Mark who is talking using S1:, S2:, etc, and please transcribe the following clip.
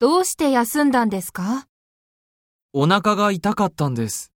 S1: どうして休んだんですか
S2: お腹が痛かったんです。